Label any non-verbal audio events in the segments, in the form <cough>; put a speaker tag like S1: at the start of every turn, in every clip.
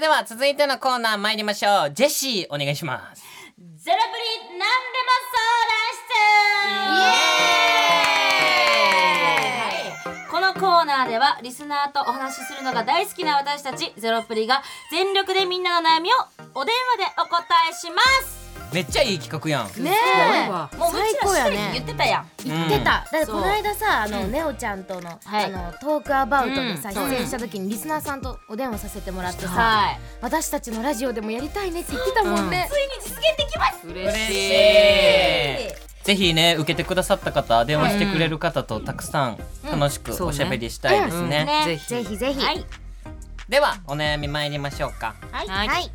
S1: では続いてのコーナー参りましょうジェシーお願いします
S2: ゼロプリなんでも相談室イエーイこのコーナーではリスナーとお話しするのが大好きな私たちゼロプリが全力でみんなの悩みをお電話でお答えします
S1: めっちゃいい企画やん
S3: ね
S2: ねえ
S3: え
S2: もうう
S3: 最
S2: ちら
S3: 高
S2: 一
S3: や
S2: 人
S3: ね
S2: 言ってたやん
S3: 言ってた、だって
S2: そう
S3: この間さあの、ネオちゃんとの,、
S2: はい
S3: あのトークアバウトにさ、
S2: うん
S3: 出演した時にリスナーさんとお電話させてもらってさ、
S2: はい
S3: 私たちのラジオでもやりたいねって言ってたもんね、
S2: ついに実現できます
S1: 嬉しい
S2: え
S1: ぜひね受けてくださった方電話してくれる方とたくさん楽しくおしゃべりしたいですね,、
S2: ね
S4: ぜひ
S3: ぜひぜひ
S2: は
S3: はいい、
S1: ではお悩み参りましょうか
S2: はい
S4: はい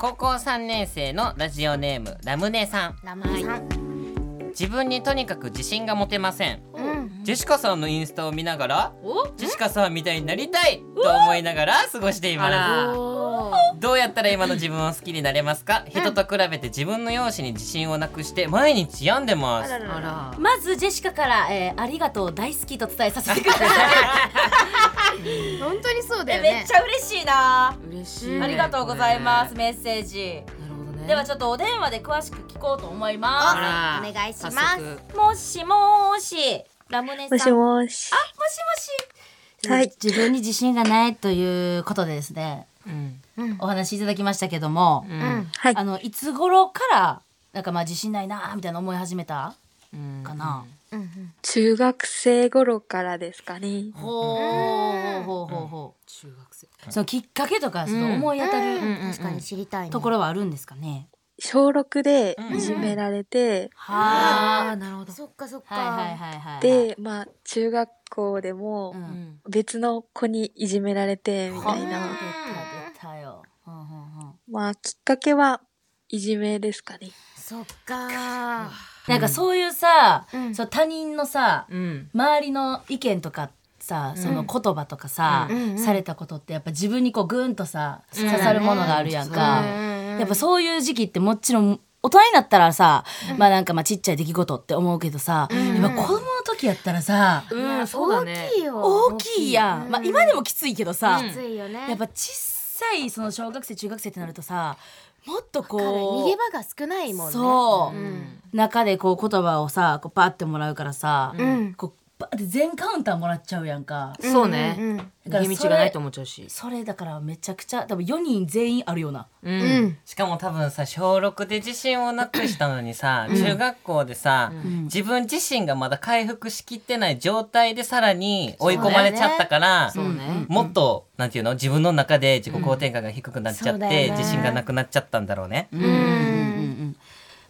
S1: 高校3年生のラジオネームラムネさん
S3: ラムネさん、
S1: 自分にとにかく自信が持てません
S3: うん
S1: ジェシカさんのインスタを見ながら
S2: お
S1: ジェシカさんみたいになりたいと思いながら過ごしてい
S4: あ
S1: ま
S4: ら
S3: おー
S1: すどうやったら今の自分を好きになれますか人と比べて自分の容姿に自信をなくして毎日病んでます
S3: あら
S4: あら
S2: まずジェシカから、えー、ありがとう大好きと伝えさせてくださ
S3: 本当にそうだ
S2: い <laughs>
S3: よ
S2: め
S3: ね
S2: っちゃ嬉しいな
S4: 嬉しい
S2: ありがとうございます、メッセージ。
S4: なるほどね
S2: ではちょっとお電話で詳しく聞こうと思い
S4: あ
S2: ま
S4: ら
S3: お願いします
S4: 早速
S2: す。もしもーし、ラムネさん。
S5: もし
S2: あ、も
S5: もし。
S2: しもし。
S5: はい
S2: 自分に自信がないということでですね、
S4: うん
S2: お話いただきましたけども、
S4: う
S3: うんん
S5: はい
S2: あ。のいつ頃からなんかまあ自信ないなーみたいな思い始めた
S4: うん
S2: かな。
S3: うんうん
S5: 中学生頃からですかね。
S2: ほうほうほうほ
S4: 中学生
S2: う。そのきっかけとかその思い当た
S3: うん
S2: る
S3: 確かに知りたいね
S2: ところはあるんですかね。
S5: 小6でいじめられて、
S2: は
S4: あーなるほど
S3: そっかそっか、
S2: あ。はいはいはいはい。
S5: で、まあ、中学校でも
S2: う、ん
S4: うん
S5: 別の子にいじめられて、みたい
S2: 出
S5: な。
S2: た出たよ。うんうんうん
S5: まあ、きっかけはいじめですかね。
S3: そっか
S2: なんかそういうさ、
S3: うん
S2: そう他人のさ、
S4: うん
S2: 周りの意見とかさ、その言葉とかさ、
S3: うんうんうん
S2: されたことってやっぱ自分にこうグンとさ、刺さるものがあるやんか、やっぱそういう時期ってもちろん大人になったらさ、まあなんかまあちっちゃい出来事って思うけどさ、やっぱ子供の時やったらさ、
S4: うんそうだ
S3: 大
S4: ね
S3: きいよ
S2: 大きいやん、まあ今でもきついけどさ、
S3: きついよね
S2: やっぱ小さいその小学生中学生ってなるとさもっとこう
S3: 彼逃げ場が少ないもんね
S2: そう、
S3: ん
S2: 中でこう言葉をさこうパってもらうからさ、
S3: ん
S2: こうパって全カウンターもらっちゃうやんか、
S4: そうね
S3: ん
S2: だから
S4: 逃げ
S2: それ
S4: 道がないと思っちゃうし
S2: それだからめちゃくちゃ多分4人全員あるような
S4: う
S3: うんん
S1: しかも多分さ小6で自信をなくしたのにさ、中学校でさ、自分自身がまだ回復しきってない状態でさらに追い込まれちゃったから、
S4: そうね
S1: もっとなんていうの自分の中で自己肯定感が低くなっちゃ
S3: う
S1: っ
S3: ん
S1: て、
S3: そうだよね
S1: 自信がなくなっちゃったんだろうね。
S2: うんうんうんうん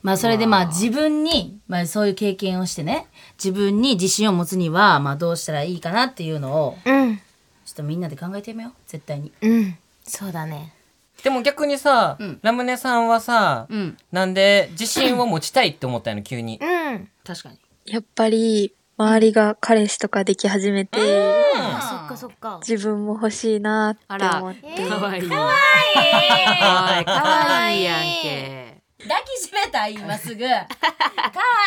S2: まあそれでまあ自分に、まあ、そういう経験をしてね自分に自信を持つにはまあどうしたらいいかなっていうのを
S3: うん
S2: ちょっとみんなで考えてみよう絶対に。
S3: うんそうだね
S1: でも逆にさ、
S2: ん
S1: ラムネさんはさ、
S2: うん
S1: なんで自信を持ちたいって思ったの急に
S3: う。ん
S4: 確かに
S5: やっぱり、周りが彼氏とかでき始めて、
S3: あそっかそっか
S5: 自分も欲しいなって
S4: あら
S5: 思って。
S4: かわいいかわ <laughs> いいかわいいやんけ
S2: 抱きしめたい今
S3: <laughs>
S2: すぐかわ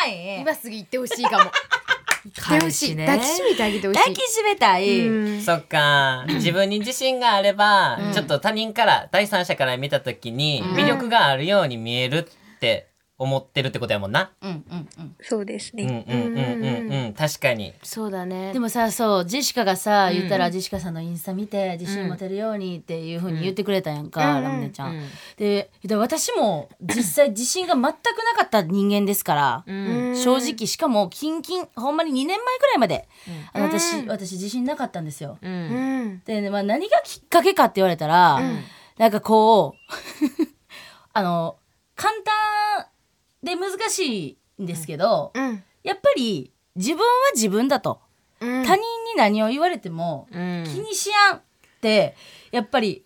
S2: いい
S3: 今すぐ言ってほしいかも <laughs> 言ってほ
S4: 彼
S3: し
S4: 氏
S3: い
S4: ね
S3: 抱きしめてあげてほし
S2: 抱
S3: い
S2: きしめたい、
S1: そっか自分に自信があれば、ちょっと他人から第三者から見た時に魅力があるように見えるって思ってるってことやもんな。
S2: うんうんうん
S5: そうです
S1: うんうん
S5: ね。
S1: うんうんうん確かに。
S3: そうだね
S2: でもさそうジェシカがさ言ったら、ジェシカさんのインスタ見て自信持てるようにっていうふうに言ってくれたやんか、ラムネちゃん。でで私も実際自信が全くなかった人間ですから、
S3: うん
S2: 正直しかもキンキンほんまに2年前くらいまで、あの私、私自信なかったんですよ。
S4: うん
S3: うん
S2: で、まあ、何がきっかけかって言われたら、なんかこう <laughs> あの簡単で難しいんですけど、
S3: うん
S2: やっぱり自分は自分だと。
S3: うん
S2: 他人に何を言われても
S4: うん
S2: 気にしやんってやっぱり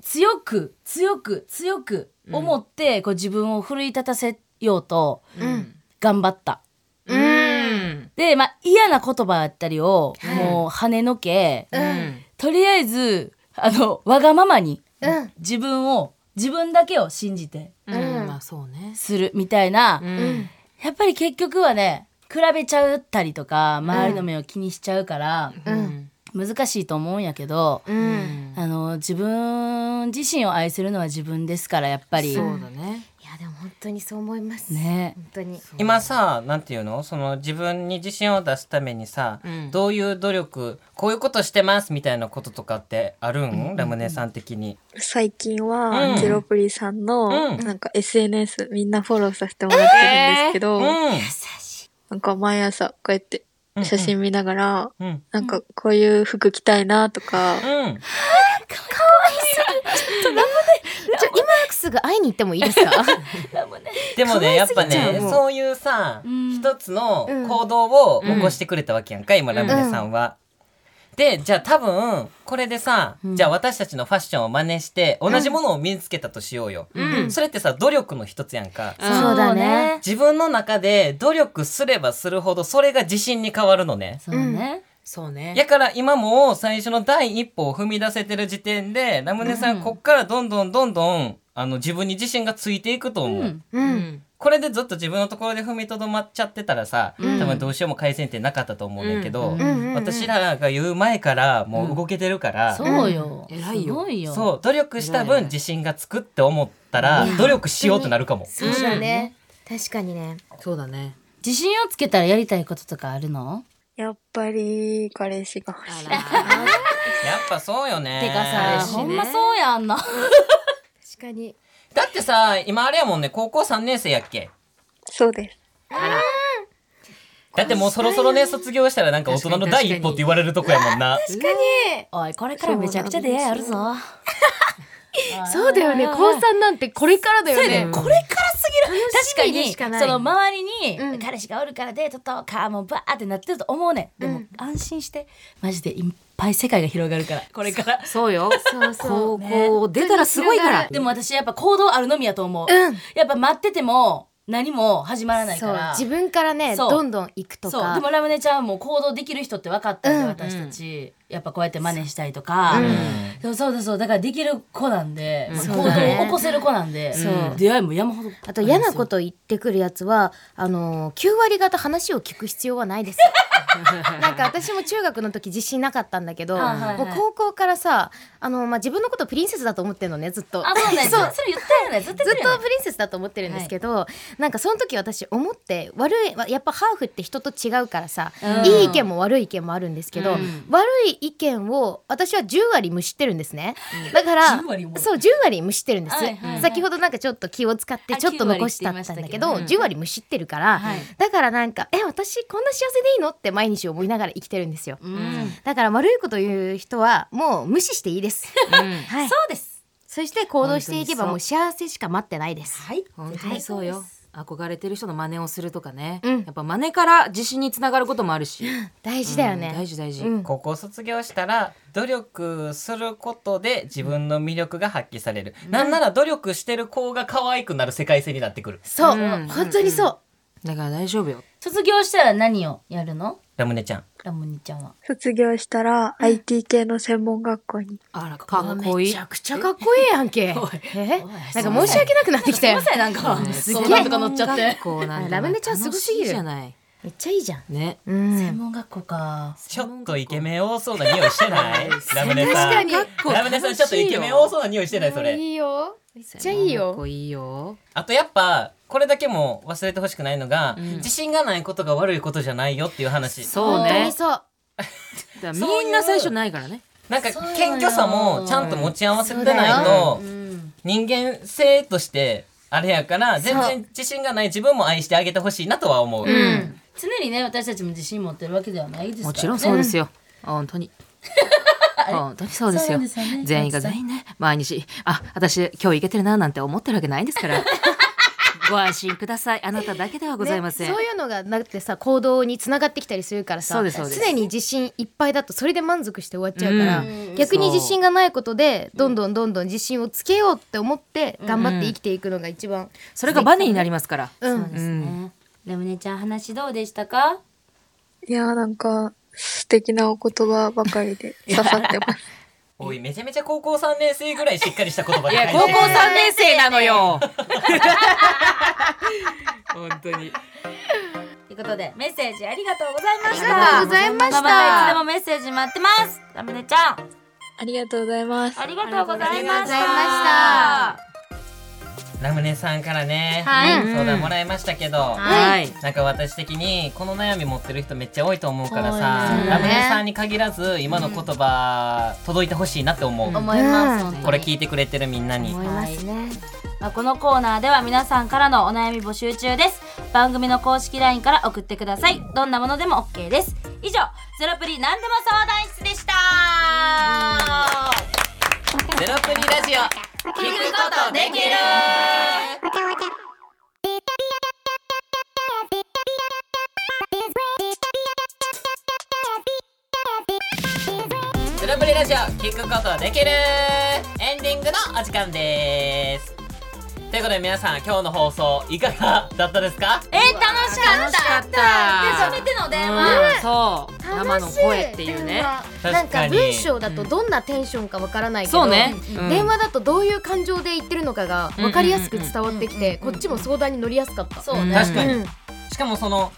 S2: 強く強く強く思ってこう自分を奮い立たせようと
S3: うん
S2: 頑張った。
S4: うん
S2: で、まあ、嫌な言葉だったりをもう跳ねのけ、
S4: うん
S2: とりあえずあのわがままに
S3: うん
S2: 自分を自分だけを信じて
S4: うんまあそうね
S2: するみたいな、
S4: うん
S2: やっぱり結局はね比べちゃったりとか周りの目を気にしちゃうから
S4: うん
S2: 難しいと思うんやけど、
S3: うん
S2: あの自分分自身を愛するのは自分ですからやっぱり
S4: そうだね。
S3: いやでも本当にそう思います。
S2: ね
S3: 本当に。
S1: 今さなんていうのその自分に自信を出すためにさ、
S4: うん
S1: どういう努力こういうことしてますみたいなこととかってあるん、ラムネさん的に。
S5: 最近
S1: うん
S5: は、ジェロプリさん
S1: う
S5: の、
S1: ん
S5: なんか SNS みんなフォローさせてもらってるんですけ
S1: う
S5: ど、
S1: ん
S5: なんか毎朝こうやって
S1: うん
S5: 写真見ながら、
S1: うん
S5: なんかこういう服着たいなとか、
S1: うん、
S3: ちょ今すぐ会いに行ってもいいですか？
S1: でもねやっぱ
S3: 可愛すぎ
S1: ね
S3: ちゃうもう
S1: そういうさ、
S2: ん
S1: 一つの行動を起こしてくれたわけやんか、今ラムネさんは。でじゃあ多分これでさ、じゃあ私たちのファッションを真似して同じものを身につけたとしようよ。
S4: うん
S1: それってさ努力の一つやんか。
S4: ん
S3: そうだね。
S1: 自分の中で努力すればするほどそれが自信に変わるのね。
S2: そうね、
S4: そうね。
S1: やから今もう最初の第一歩を踏み出せてる時点でラムネさんこっからどんどんどんどんあの自分に自信がついていくと思う、
S2: うん
S4: う
S3: う。
S4: んん。
S1: これでずっと自分のところで踏みとどまっちゃってたらさ、多分どうしようも改善点なかったと思うねんけど、
S4: うん
S3: うんうんうん
S1: 私らが言う前からもう動けてるから、
S2: そうよ、
S4: うん偉いよ
S2: すごいよ
S1: そう努力した分自信がつくって思ったら努力しようとなるかも。
S3: そうだね。確かにね。
S4: そうだね。
S2: 自信をつけたらやりたいこととかあるの
S5: やっぱり彼氏が欲しい。
S1: やっぱそうよね。
S2: てかさ、
S4: 嬉しいね
S2: ほんまそうやんな
S3: 確かに。
S1: だってさ今あれやもんね高校3年生やっけ
S5: そうです。
S1: だってもうそろそろね卒業したらなんか大人の第一歩って言われるとこやもんな
S2: おいこれからめちゃくちゃ出会いあるぞ
S3: <laughs> そう
S2: <laughs>
S3: だよね。高三なんてこれからだよね。
S2: これからすぎる確か
S3: しみで
S2: に
S3: しかない
S2: その周り
S3: う
S2: に
S3: ん
S2: 彼氏がおるからデートとかもうバーってなってると思うねんでも安心してマジでいっぱい世界が広がるからこれから
S4: <laughs> そうよ。
S3: そうそ
S4: 高
S3: う。
S4: 校出たらすごいから。
S2: でも私やっぱ行動あるのみやと思う、
S3: うん
S2: やっぱ待ってても何も始まらない
S3: そ
S2: か
S3: う
S2: ら
S3: 自分からね
S2: そう
S3: どんどん行くと
S2: そう
S3: か
S2: でもラムネちゃんはもう行動できる人って分かったんで、
S3: うん
S2: 私たちやっぱこうやって真似したりとか、
S3: う
S2: そ
S3: ん
S2: うそうだそうだからできる子なんで、まあ
S3: そう
S2: 行動を
S3: だね
S2: 起こせる子なんで、
S3: そう
S2: 出会いも山ほど
S3: あと嫌なことと言ってくるやつはあのー9割方話を聞く必要は
S2: <laughs>
S3: ないですなんか私も中学の時自信なかったんだけど、
S2: はいはいはい
S3: もう高校からさあのー、まあ、自分のことプリンセスだと思ってるのねずっと
S2: あそうね
S3: そう
S2: それ言ったよねずっと
S3: ず
S2: 言ってる
S3: っ
S2: よね
S3: とプリンセスだと思ってるんですけど、なんかその時私思って悪いやっぱハーフって人と違うからさ、
S2: うん
S3: いい意見も悪い意見もあるんですけど、
S4: うん
S3: 悪い意見を私は10割無視してるんですね、だから
S2: 10割も
S3: そう10割無視してるんです、
S2: はいはいはい
S3: 先ほどなんかちょっと気を使って
S2: あ
S3: ちょっと残したったんだけど
S2: 9
S3: 10
S2: 割
S3: 割
S2: って言いましたけどね
S3: 無視ってるから、
S2: はい
S3: だからなんかえ私こんな幸せでいいのって毎日思いながら生きてるんですよ、
S2: うん
S3: だから悪いこと言う人はもう無視していいです、
S4: うん
S3: はい、
S2: そうです
S3: そ <laughs> して行動していけばもう幸せしか待ってないです。
S2: はい
S4: 本当にそうよ。憧れてる人の真似をするとかね。
S3: うん
S4: やっぱ真似から自信につながることもあるし。
S3: 大事だよね。
S4: うん大事大事。
S3: うん
S1: 高校卒業したら努力することで自分の魅力が発揮される、なんなら努力してる子が可愛くなる世界線になってくる
S3: そ
S4: う
S3: う、
S4: ん
S3: 本当にそう。
S4: だから大丈夫よ。
S2: 卒業したら何をやるの
S1: ラムネちゃん
S2: ラムネちゃんは
S5: 卒業したら IT 系の専門学校に。
S4: あら、かっこい
S3: め
S4: い
S3: ち。ゃくちゃかっこいいやんけ。え
S4: <laughs> おい
S3: なんか申し訳なくなってきたよ。
S2: いなんか
S4: す
S2: 相
S4: げえ
S2: 談とか乗っちゃって
S4: こうなんか
S3: ラムネちゃんすごすぎる
S4: 楽しいじゃない。
S3: めっちゃいいじゃん。
S4: ね。
S3: うん
S2: 専。門学校か
S1: ちょっとイケメン多そうな匂いしてないラムネ
S3: 確
S1: さ
S3: か
S1: ん
S3: に。
S1: ラムネさんちょっとイケメン多そうな匂いしてないそれ
S3: いいよ。めっちゃいい
S4: かっ
S3: よ。
S4: こいいよ。
S1: あとやっぱこれだけも忘れてほしくないのが、自信がないことが悪いことじゃないよっていう話
S4: そう
S3: 本当に
S4: ね。
S3: そう。
S4: だからみんな最初ないからね。
S1: なんか
S2: そうよ
S1: 謙虚さもちゃんと持ち合わせてないと人間性としてあれやから全然自信がない自分も愛してあげてほしいなとは思う、
S3: うん。
S2: 常にね私たちも自信持ってるわけではないですから、ね、
S4: もちろんそうですよ。本当に。本当にそうですよ
S2: そうなんですよね。
S4: 全員が全員ね、毎日、あ、私今日いけてるななんて思ってるわけないんですから。ご安心ください。あなただけではございません。
S3: ねそういうのがなくてさ行動につながってきたりするからさ
S4: そうですそうです
S3: 常に自信いっぱいだとそれで満足して終わっちゃうから、逆に自信がないことでどんどんどんどん自信をつけようって思って頑張って生きていくのが一番、
S4: それがバネになりますから。
S3: うん
S2: そうですね。ラムネちゃん話どうでしたか？
S5: いやーなんか素敵なお言葉ばかりで刺さってます。
S1: おいめちゃめちゃ高校3年生ぐらいしっかりした言葉
S4: い
S1: で
S4: や、高校三年生なのよ。 <laughs> 本当に。
S2: ということでメッセージありがとうございました。
S3: ありがとうございました
S2: またいつでもメッセージ待ってます。ラムネちゃん。
S5: ありがとうございます。
S2: ありがとうございまし
S3: あり
S2: た。
S1: ラムネさんからね、
S3: はい
S1: うん相談もらいましたけど、
S2: はい。
S1: なんか私的にこの悩み持ってる人めっちゃ多いと思うからさ、
S3: 多いね
S1: ラムネさんに限らず今の言葉届いてほしいなって思う、
S2: 思います。
S3: うん
S2: 本当に
S1: これ聞いてくれてるみんなに
S3: 思いますね。
S2: まあ、このコーナーでは皆さんからのお悩み募集中です番組の公式 LINE から送ってくださいどんなものでも OK です以上「ゼロプリなんでも相談室」でした
S1: ゼロプリラジオ聞くことできるゼロプリラジオ聞くことできるエンディングのお時間ですということで皆さん今日の放送いかがだったですか
S2: えー、楽しかった
S4: 楽しかった
S2: で初めての電話、
S4: うん、そう生の
S3: 楽しい
S4: 声っていうね
S1: 確かに
S3: 電話なんか文章だとどんなテンションかわからないけど
S4: そうね、うん
S3: 電話だとどういう感情で言ってるのかが分かりやすく伝わってきてこっちも相談に乗りやすかった。
S2: そうね
S1: 確かに、
S3: うん
S1: しかもその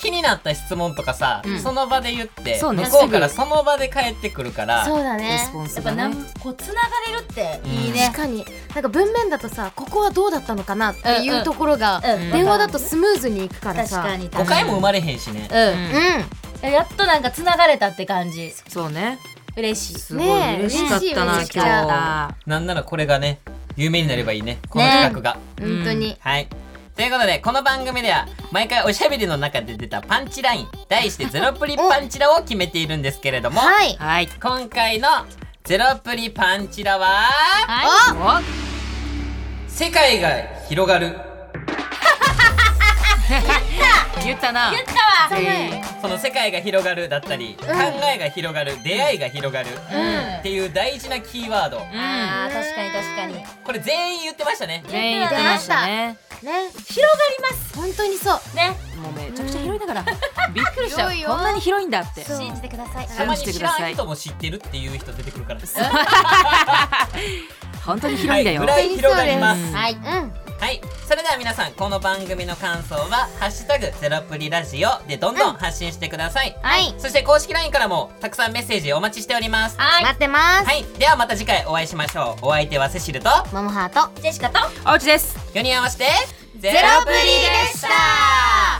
S1: 気になった質問とかさ、
S4: うん
S1: その場で言って
S4: そう
S1: 向
S4: ね
S1: こうからその場で返ってくるから
S3: そうだ
S4: レ
S3: ね
S4: スポン
S2: や
S4: ス
S2: っぱ
S4: が
S2: な
S4: ね
S2: んこうつながれるっていいね
S3: 確、かになんか文面だとさここはどうだったのかなっていうところが
S2: うんうん
S3: 電話だとスムーズにいくから
S2: 確
S3: さ
S2: かに確か
S1: 誤
S2: に
S1: 解も生まれへんしね、
S2: うん
S4: うん
S3: う
S2: やっとなんかつながれたって感じ
S4: そうね
S2: 嬉しい
S4: すごい嬉しかったな、
S3: ねえ
S4: 今日
S1: なんならこれがね有名になればいいねこの企画が、
S3: ん本当に
S1: はいということでこの番組では毎回おしゃべりの中で出たパンチライン題してゼロプリパンチラを決めているんですけれども、
S3: はい
S4: はい
S1: 今回のゼロプリパンチラは
S4: お
S1: 世界が広がる
S4: 言ったな
S2: 言ったわ
S1: その世界が広がるだったり、考えが広がる出会いが広がる、っていう大事なキーワード、
S2: あー確かに確かに
S1: これ全員言ってましたね
S4: 全員言ってましたね
S3: ね
S2: 広がります
S3: 本当にそう
S2: ね
S4: もうめちゃくちゃ広いだからびっくりした
S3: 広いよ
S4: こんなに広いんだって
S3: そう
S2: 信じてください
S1: たまに
S4: 信じ
S1: 知
S4: てくだ
S1: ら
S4: さ
S1: ん
S4: い
S1: 人も知ってるっていう人出てくるから
S4: 本当に広いんだよ、
S1: はいぐらい広がります
S3: はいうん
S1: はいそれでは皆さんこの番組の感想は「ハッシュタグゼロプリラジオ」でどんどん発信してください、
S3: はい
S1: そして公式 LINE からもたくさんメッセージお待ちしておりますは
S3: 待ってます
S1: いではまた次回お会いしましょうお相手はセシルと
S3: モモハート
S2: ジェシカと
S4: おうちです
S1: 4人合わせてゼ
S3: ロプリでした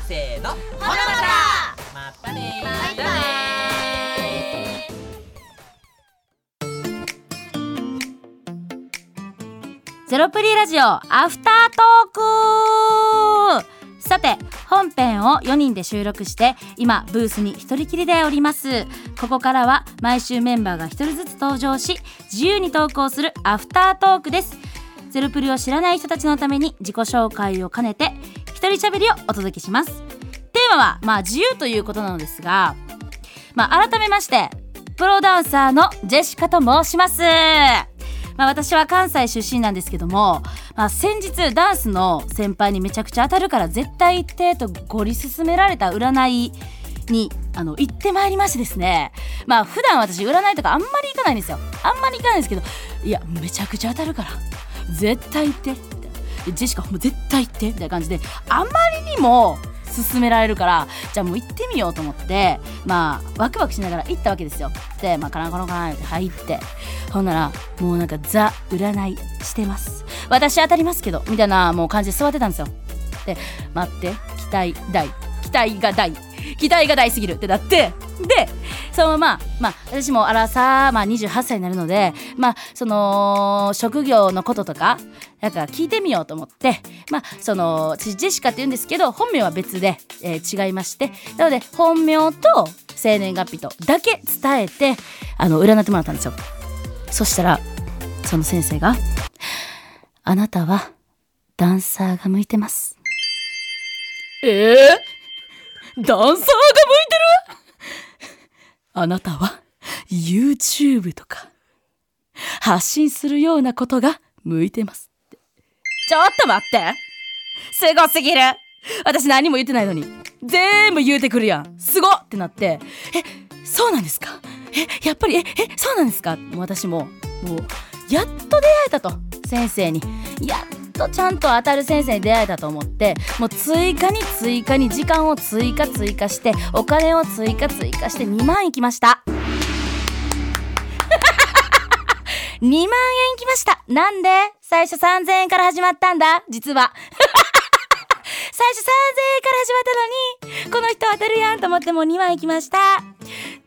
S1: せーのほなま
S2: ほなまた
S1: たまたね
S3: バイバイ
S2: ゼロプリラジオアフタートークさて本編を4人で収録して今ブースに一人きりでおりますここからは毎週メンバーが一人ずつ登場し自由に投稿するアフタートークですゼロプリを知らない人たちのために自己紹介を兼ねて一人喋りをお届けしますテーマはまあ自由ということなのですがまあ、改めましてプロダンサーのジェシカと申します、まあ、私は関西出身なんですけども、まあ、先日ダンスの先輩にめちゃくちゃ当たるから絶対行ってとごり勧められた占いにあの行ってまいりましてですねまあ普段私占いとかあんまり行かないんですよあんまり行かないんですけどいやめちゃくちゃ当たるから絶対行ってみたいなでジェシカもう絶対行ってみたいな感じであまりにも勧められるからじゃあもう行ってみようと思ってまあワクワクしながら行ったわけですよでまあカランカランカランって入ってほんならもうなんかザ占いしてます私当たりますけどみたいなもう感じで座ってたんですよで待って期待大期待が大期待が大すぎるってなってでそのまままあ私もあらさ、まあ、28歳になるのでまあその職業のこととかなんか聞いてみようと思ってまあその私ジェシカって言うんですけど本名は別で、えー違いましてなので本名と生年月日とだけ伝えてあの占ってもらったんですよそしたらその先生が「あなたはダンサーが向いてます」ええダンサーが向いてるあなたは YouTube とか発信するようなことが向いてますって。ちょっと待ってすごすぎる私何も言ってないのに全部言うてくるやんすごっってなってえそうなんですかえやっぱりええそうなんですかもう私ももうやっと出会えたと先生にやっとちゃんと当たる先生に出会えたと思ってもう追加に追加に時間を追加追加してお金を追加追加して2万いきました2万円きましたなんで最初3000円から始まったんだ実は。 <laughs> 最初3000円から始まったのに、この人当たるやんと思ってもう2万いきました。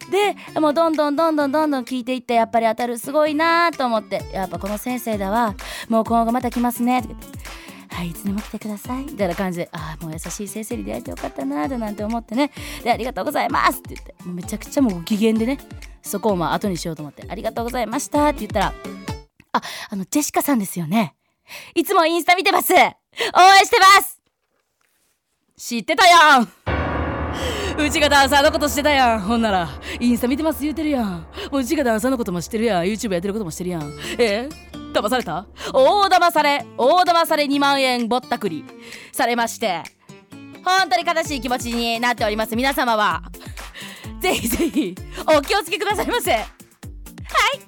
S2: で、もうどんどんどんどんどんどん聞いていって、やっぱり当たるすごいなと思って、やっぱこの先生だわ。もう今後また来ますね。とか言ってはい、いつでも来てください。みたいな感じで、ああ、もう優しい先生に出会えてよかったなだなんて思ってね。で、ありがとうございますって言って、もうめちゃくちゃもうご機嫌でね、そこをまあ後にしようと思って、ありがとうございましたって言ったら、あ、あの、ジェシカさんですよね。いつもインスタ見てます応援してます知ってたやんうちがダンサーのことしてたやんほんならインスタ見てます言うてるやんうちがダンサーのことも知ってるやん YouTube やってることもしてるやんえ騙された大騙され大騙され2万円ぼったくりされまして本当に悲しい気持ちになっております皆様は <laughs> ぜひぜひお気をつけくださいませはい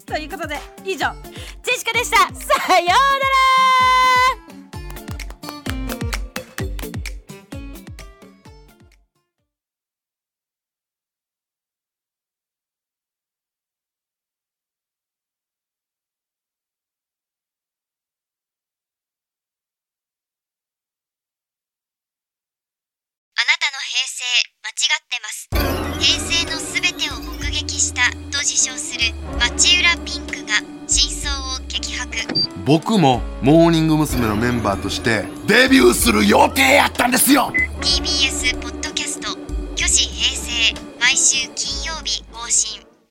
S2: ということで以上ジェシカでしたさようなら
S6: あなたの平成間違ってます平成のすべてを目撃したと自称する町浦ピンクが真相を激白
S7: 僕もモーニング娘。のメンバーとしてデビューする予定やったんですよ
S6: TBS